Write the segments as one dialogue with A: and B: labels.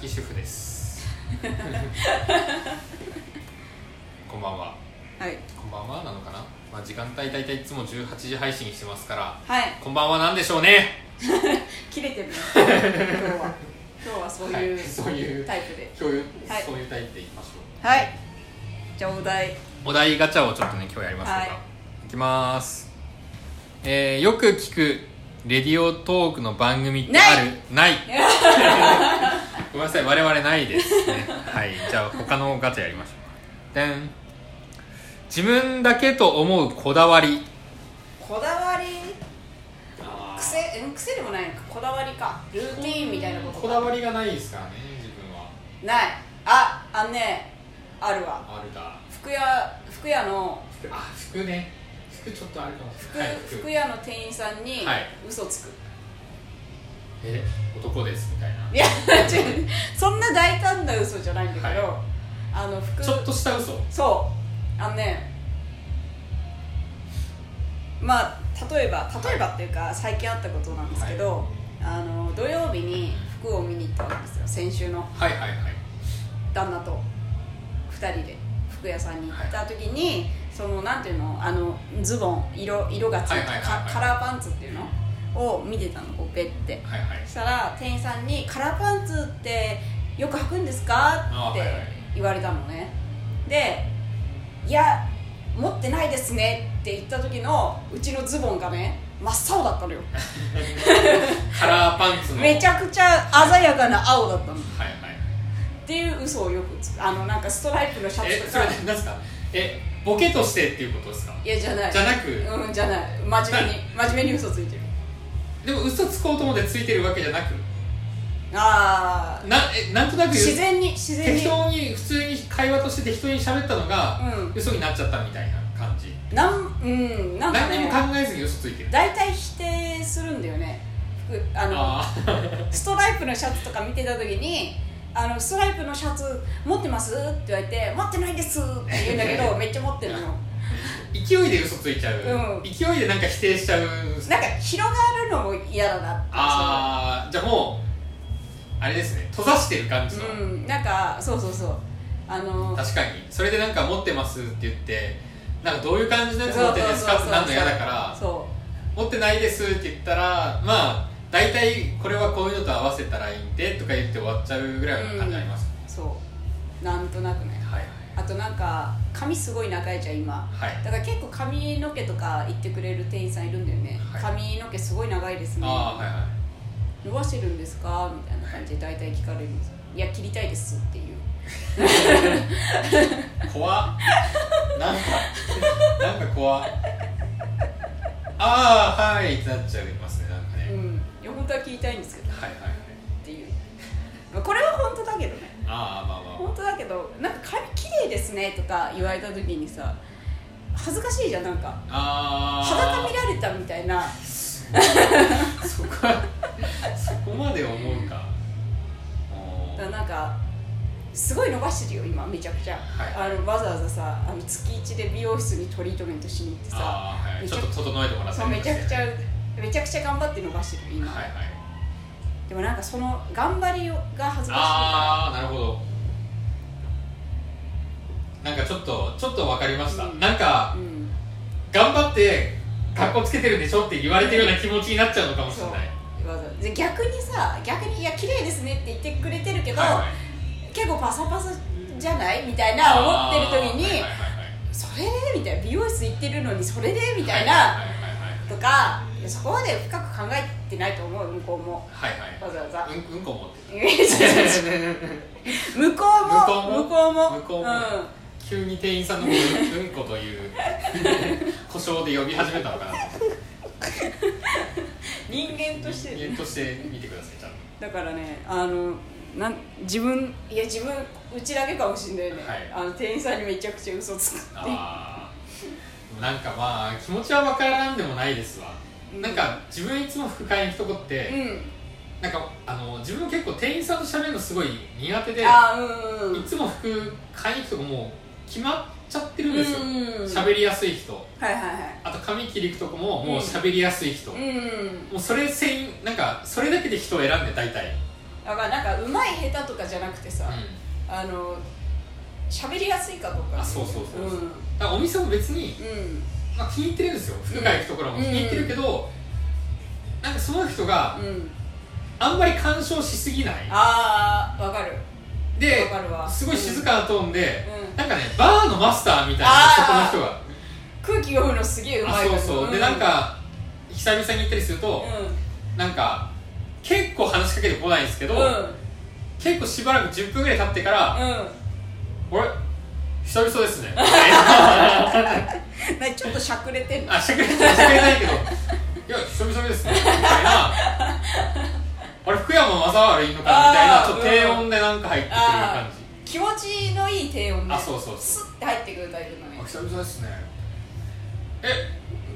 A: き主婦ですこんばんは
B: はい
A: こんばんはなのかな、まあ、時間帯大体いつも18時配信してますから
B: はい
A: こんばんはなんでしょうね
B: 切れて るね今日は今日はそういう、
A: はいそういう
B: タイプで
A: そういう、
B: はい
A: そういう体って言いましょう
B: はいじゃあお題
A: お題ガチャをちょっとね今日やりましょうか、
B: はい
A: い、きますえーよく聞くレディオトークの番組ってある ないごめんなさい我々ないですねはいじゃあ他のガチャやりましょうでん自分だけと思うこだわり
B: こだわり癖うん癖でもないのかこだわりかルーティーンみたいなことか
A: わりがないですからね自分は
B: ないああのねあるわ
A: あるだ
B: 服屋服屋の
A: あ服ね服ちょっとあるかもし
B: 服,、服屋の店員さんに
A: はい
B: 嘘つく、、
A: え男ですみたいない
B: や違うそんな大胆な嘘じゃないんだけど、
A: は
B: あの服
A: ちょっとした嘘
B: そうあのねまあ例えば例えばっていうか最近あったことなんですけど、
A: はい
B: あの土曜日に服を見に行ったわけですよ先週の
A: はいはいはい
B: 旦那と2人で服屋さんに行った時に、そのなんていうのあのズボン色色がついた、
A: はいはいはいはい
B: かカラーパンツっていうのを見てたのこうベッて
A: はいはい
B: そしたら店員さんに「カラーパンツってよく履くんですか?」
A: あ
B: っ
A: はい
B: て
A: はい
B: 言われたのねで「いや持ってないですね」って言った時のうちのズボンがね真っ青だったのよ
A: カラーパンツの
B: めち
A: ゃ
B: ゃくちゃ鮮やかな青だったのっ
A: はいは
B: ていう嘘をよくつあのなんかストライプのシャ
A: いえ
B: ツと
A: そ
B: か
A: れ何ですかえボケとしてっていうことですか
B: いやじゃない
A: じゃなく
B: うんじゃない真面目 に真面目に嘘ついてる
A: でも嘘つこうと思ってついてるわけじゃなく
B: ああ
A: なえなんとなく言う
B: 自然に自然
A: 適
B: に
A: 当に普通に会話として適当に喋ったのが、
B: うん
A: 嘘になっちゃったみたいな感じ
B: なんうんなんか
A: 何に
B: ね
A: も考えずに嘘ついてる
B: 大体否定するんだよね服あの
A: あー
B: ストライプのシャツとか見てた時に「あのストライプのシャツ持ってます?」って言われて「持ってないです」って言うんだけど めっちゃ持ってるの
A: 勢いで嘘ついちゃう、
B: うん
A: 勢いでなんか否定しちゃう
B: なんか広がるのも嫌だなって
A: ああじゃあもうあれですね閉ざしてる感じ
B: そ
A: の、
B: のうんなんかそうそうそうあの
A: 確かにそれでなんか持ってますって言ってなんかどういう感じのやつ持ってるんですかってなんの嫌だから
B: そ
A: 持ってないですって言ったらまあ大体これはこういうのと合わせたらいいんでとか言って終わっちゃうぐらいの感じあります、
B: うそうなんとなくね
A: はい
B: あとなんか髪すごい長いじゃん今
A: はいはい
B: だから結構髪の毛とか言ってくれる店員さんいるんだよね、
A: はい
B: 髪の毛すごい長いですね
A: ああはいはい
B: 伸ばしてるんですかみたいな感じで大体聞かれるんですよいや切りたいですっていう
A: 怖っなんかなんか怖っああはいってなっちゃいますねなんか
B: う
A: ね、
B: んいや本当は聞いたいんですけどっ
A: はいはいはい
B: ていう、 まあ、これは本当だけどね
A: ああまあまあま
B: 本当だけどなんか髪綺麗ですねとか言われた時にさ恥ずかしいじゃんなんか
A: ああ
B: 裸見られたみたいな
A: そこはそこまで思うかおー
B: なんかすごい伸ばしてるよ今めちゃくちゃ、
A: は
B: あのわざわざさあの月1で美容室にトリートメントしに行ってさ
A: あー、はい、
B: めち
A: ち
B: ゃ
A: ょっと整えてもらって
B: そうめちゃくち
A: は
B: ゃ
A: い
B: めちゃくちゃ頑張って伸ばしてる今、
A: はい
B: でもなんかその頑張りをが恥ずかしいから
A: ああなるほどなんかちょっとちょっと分かりました、
B: うん
A: なんか
B: うん
A: 頑張ってかっこつけてるんでしょって言われてるような気持ちになっちゃうのかもしれ
B: そう
A: ない
B: わざわざで逆にさ逆に「いや綺麗ですね」って言ってくれてるけど、
A: はいはい
B: 結構パサパサじゃないみたいな思ってる時に
A: あーはいはいはい
B: 「それで?」みたいな美容室行ってるのに「それで?」みたい
A: はい
B: な、
A: はい
B: とかいやそこまで深く考えてないと思う向こうも
A: はいはいはい
B: わざわざ
A: は。いうんうんこ持って
B: いや違う違う違う向こうも
A: 向
B: 向こうも
A: 向こうも
B: うん
A: 急に店員さんのことうんうんこという 故障で呼び始めたのかな
B: 人間として
A: 人間として見てくださいちゃんと
B: だからねあのなん自分いや自分うちだけかもしんないね、
A: はい
B: あの店員さんにめちゃくちゃ嘘つくっていう
A: ああなんかまあ気持ちは分からんでもないですわ、
B: うん
A: なんか自分いつも服買いに行くとこって、
B: うん
A: なんかあの自分結構店員さんと喋るのすごい苦手でい
B: あーうんうんうん
A: つも服買いに行くとこもう決まっちゃってるんですよ
B: うん
A: 喋、りやすい人
B: はいはいはい
A: あと髪切り行くとこももう
B: うん
A: 喋りやすい人、
B: う
A: も
B: ん
A: うそれ専なんかそれだけで人を選んで大体
B: だからなんかうまい下手とかじゃなくて
A: う
B: さ、あの喋りやすいかと
A: ん、
B: か
A: あそうそうそううそう、
B: ん
A: だからお店も別に、
B: うん
A: まあ、気に入ってるんですよ服が行くところも
B: うん
A: 気に入ってるけど、なんかその人が
B: うん
A: あんまり干渉しすぎない
B: ああわかる
A: で
B: わかるわ
A: すごい静かなトーンで、
B: うん
A: なんかねバーのマスターみたいな
B: あー
A: そこの人が
B: 空気読むのすげえうま
A: あ
B: い
A: そう
B: から
A: そう、
B: ん
A: でなんか久々に行ったりすると、
B: う
A: なんか結構話しかけてこないんですけど、
B: んうん
A: 結構しばらく10分ぐらい経ってから「あれ久々ですね」
B: うんなちょっとしゃくれてんの
A: あしてくれないしてくれないけど「いや久々ですね」みたいな「あれ福山雅治いいのかな」みたいな
B: あー
A: ちょっと低音でなんか入ってくる感じ
B: 気持ちのいい低音で
A: あそうそうそう
B: スッて入ってくるタイプの
A: あ
B: ね
A: 久々ですねえ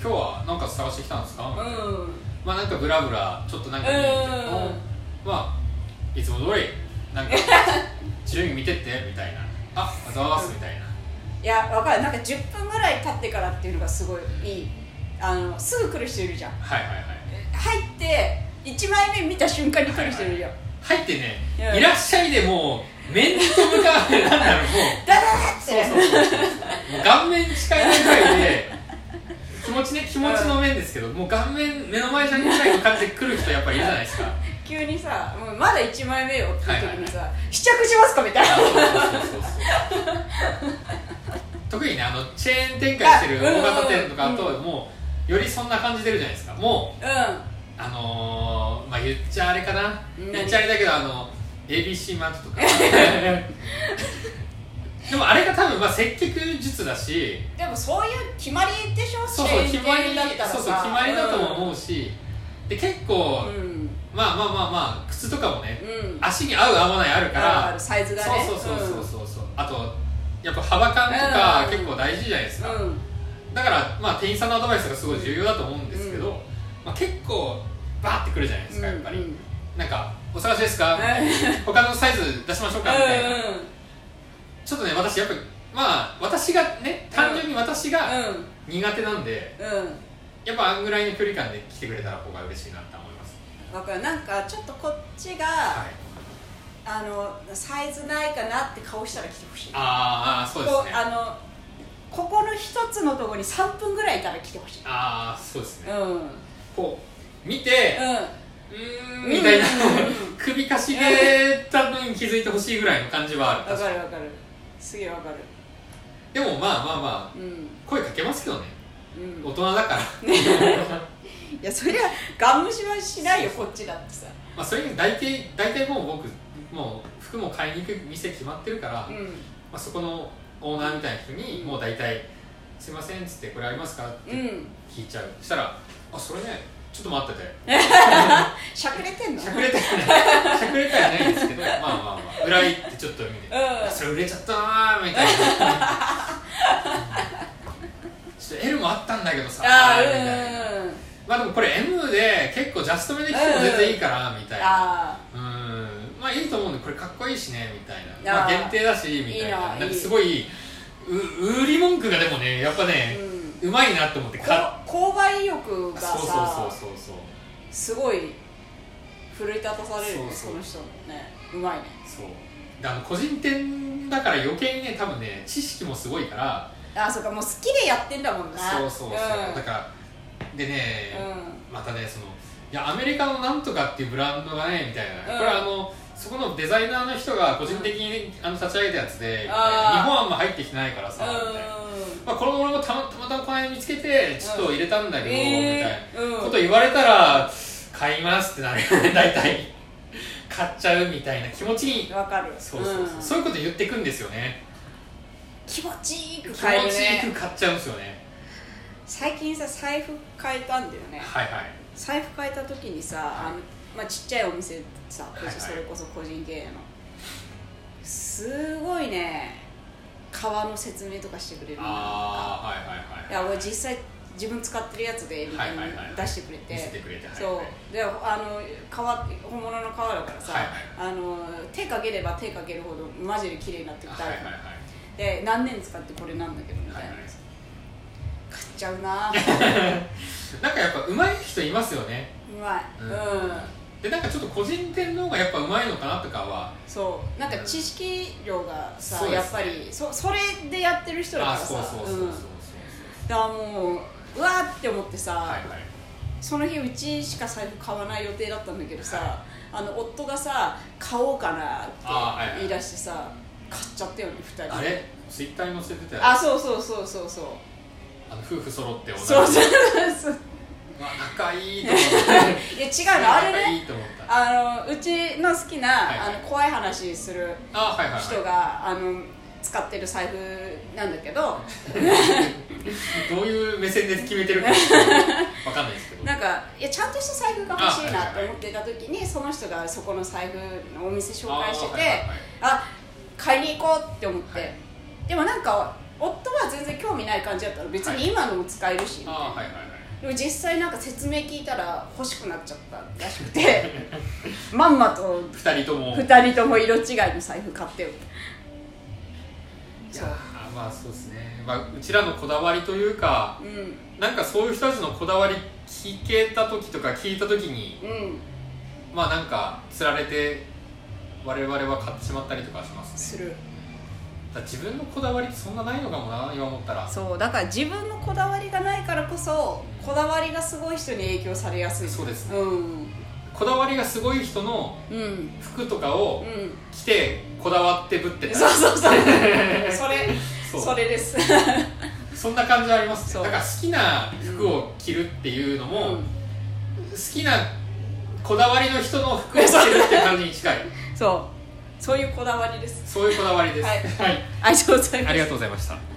A: 今日はなんか探してきたんですか、
B: うん
A: まあなんかブラブラちょっとなんか見てて
B: うん
A: まあいつも通りなん か順位見てってみたいなああざわすみたいない
B: やわかるなんか10分ぐらい経ってからっていうのがすごいいいあのすぐ来る人いるじゃん
A: はいはいはい
B: 入って1枚目見た瞬間に来る人いるじゃん
A: 入ってね
B: うん
A: 「いらっしゃい」でもう面と向かうなんだろうもう
B: ダダダって
A: そうそうそうそうもう顔面近いぐらいで気持ちね気持ちの面ですけど、もう顔面目の前じゃんぐらいの感じで来る人やっぱいるじゃないですか
B: 急にさもうまだ1枚目をっていう時にさ、試着しますかみたいな
A: 特にねあのチェーン展開してる大型店とか
B: あ
A: あと
B: う
A: もうよりそんな感じ出るじゃないですかもう
B: う
A: あのー、まあ言っちゃあれかな
B: 何
A: 言っちゃあれだけどあの ABC マークとかでもあれが多分まあ接客術だし
B: んでもそういう決まりでしょ
A: そうそう
B: チ
A: 決
B: ェーン
A: まり
B: 店だったらさ
A: そうそう決まりだとも思うし、で結構、
B: うん、うん
A: まあまあまあまあ靴とかもね
B: うん
A: 足に合う合わないあるか
B: あ
A: ら
B: るサイズがね
A: そうそうそうそうそうそうあとやっぱ幅感と
B: う
A: か
B: ん
A: 結構大事じゃないですか、
B: うん、うん
A: だから、まあ、店員さんのアドバイスがすごい重要だと思うんですけど、まあ、結構バーってくるじゃないですかやっぱり、
B: うんうん
A: なんか「お探しですか他のサイズ出しましょうか」みたいな、ちょっとね私やっぱまあ私がね単純に私が
B: う
A: 苦手なんで、
B: んうん
A: やっぱあんぐらいの距離感で来てくれた方が嬉しいなと思います
B: わかるなんかちょっとこっちが、
A: はい
B: あのサイズないかなって顔したら来てほしい
A: あーあーそうです
B: こ
A: ね
B: うあのここの一つのところに3分ぐらいいたら来てほしい
A: ああそうです
B: う
A: ね
B: んうん
A: こう見て、うーんみたいな
B: うん
A: 首かしげたのに気づいてほしいぐらいの感じはある
B: わかるわかるすげえわかる
A: でもまあまあまあ
B: うん
A: 声かけますけどね
B: うん
A: 大人だから
B: いやそりゃガン無視はしないよこっちだってさ
A: まあそれに大体大体もう僕もう服も買いに行く店決まってるから、
B: う
A: ま
B: ん
A: あ、そこのオーナーみたいな人にもう大体「すいません」っつって「これありますか?」って
B: うん
A: 聞いちゃうそしたら「あそれねちょっと待ってて」
B: しゃくれてんの
A: しゃくれ てはないしゃくれてはないんですけどまあまあまあ裏行ってちょっと見て、
B: うん
A: それ売れちゃったなーみた いなちょっと L もあったんだけどさ
B: あ
A: みたいな
B: ーうん
A: まあでもこれ M で結構ジャスト目で着ても全然いいからみたいな
B: あ
A: うんまあいいと思うんでこれかっこいいしねみたいなま
B: あー
A: あ限定だしみたい
B: いい
A: な
B: な
A: なんかすごいう売り文句がでもねやっぱ
B: ー
A: ね
B: う
A: う
B: ん
A: まいなと思って
B: こ
A: 買っ
B: 購買意欲が
A: そうそう
B: さ
A: そうそうそう
B: すごい奮い立たされるね
A: そ
B: そう
A: そう
B: の人もねうまいね
A: そうであの個人店だから余計にね多分ね知識もすごいから
B: あそうかもう好きでやってんだもんな
A: そうそうそう、
B: ん
A: だからで
B: う
A: ね、
B: ん
A: またねそのいやアメリカのなんとかっていうブランドがねみたいな、
B: うん
A: これあのそこのデザイナーの人が個人的にね、あの立ち上げたやつでみたいな
B: あ
A: 日
B: ー
A: 本はあんま入ってきてないからさ、みたいなまあ、このものもたまたまたまこの辺見つけてちょっと入れたんだけど、みたい
B: え
A: な
B: ーうん
A: こと言われたら買いますってなるよね大体買っちゃうみたいな気持ちに
B: わかる
A: そうそうそう、
B: ん
A: そういうこと言ってくんですよね
B: 気持ちいい
A: 気
B: く
A: 持
B: 買える
A: ちよ
B: ね
A: く買っちゃうんですよね
B: 最近さ財布変えたんだよね
A: はいはい
B: 財布変えた時にさ、あのまあ、ちっちゃいお店さ
A: はいはい
B: それこそ個人経営のすごいね革の説明とかしてくれるの
A: ああはいはい
B: い
A: はい
B: や俺実際自分使ってるやつでみたいな
A: はいはいはい
B: 出してくれて
A: 見せてくれてはい
B: そ
A: はいう
B: であの革本物の革だからさ、
A: はい
B: あの手かければ手かけるほどマジで綺麗になってくタ
A: はい
B: イ
A: はい
B: プ、
A: はい
B: で何年使ってこれなんだけどみた
A: はいい
B: な、
A: はい
B: 買っちゃうなう
A: なんかやっぱ上手い人いますよね
B: まい、
A: うん
B: うん
A: でなんかちょっと個人店の方がやっぱうまいのかなとかは
B: そうなんか知識量がさ、
A: そうです
B: やっぱりそそれでやってる人だから
A: あ
B: さ
A: そうそうそうそうそううん
B: だからもううわーって思ってさ、
A: はいはい
B: その日うちしか財布買わない予定だったんだけどさ、
A: はい
B: あの夫がさ買おうかなって
A: あーはいはい
B: 言い出してさ、買っちゃったよね2人
A: あれツイッターに載せてたよ
B: あそうそうそうそうそう
A: あの夫婦揃って同じ
B: そうそうそうそう
A: わ仲いいと思って
B: いや 違うのあれ
A: 仲いい
B: ね
A: と思った
B: あのうちの好きな、
A: はいはい
B: あの怖い話する
A: あはいはいはい
B: 人があの使ってる財布なんだけど
A: どういう目線で決めてるかわかんないですけど
B: なんかいやちゃんとした財布が欲し
A: あは
B: いないと
A: はいはい
B: 思ってた時にその人がそこの財布のお店紹介してて
A: あーはいはいはい
B: あ買いに行こうって思って、
A: はい
B: でもなんか夫は全然興味ない感じだったの別
A: は
B: に
A: い
B: 今のも使えるし、
A: あはいはいはい
B: でも実際なんか説明聞いたら欲しくなっちゃったらしく てまんまと
A: 二人とも
B: 2人とも色違いの財布買ってよ
A: い
B: そう
A: やーまあそうですね、まあ、うちらのこだわりというか
B: うん
A: なんかそういう人たちのこだわり聞けた時とか聞いた時に
B: うん
A: まあなんかつられて我々は買ってしまったりとかしますね
B: する
A: だから自分のこだわりってそんなないのかもな今思ったら
B: そうだから自分のこだわりがないからこそこだわりがすごい人に影響されやすい
A: そうですね
B: うん
A: こだわりがすごい人の
B: うん
A: 服とか
B: う
A: を
B: ん
A: 着てこだわってぶってた
B: そうそうそうそれ
A: そう
B: それです
A: そんな感じはあります
B: そ
A: ね
B: う
A: だから好きな服を着るっていうのも、
B: うん
A: 好きなこだわりの人の服を着てるって感じに近い
B: そうそういうこだわりです
A: そういうこだわりです
B: はい
A: はい、
B: ありがとうございます
A: ありがとうございました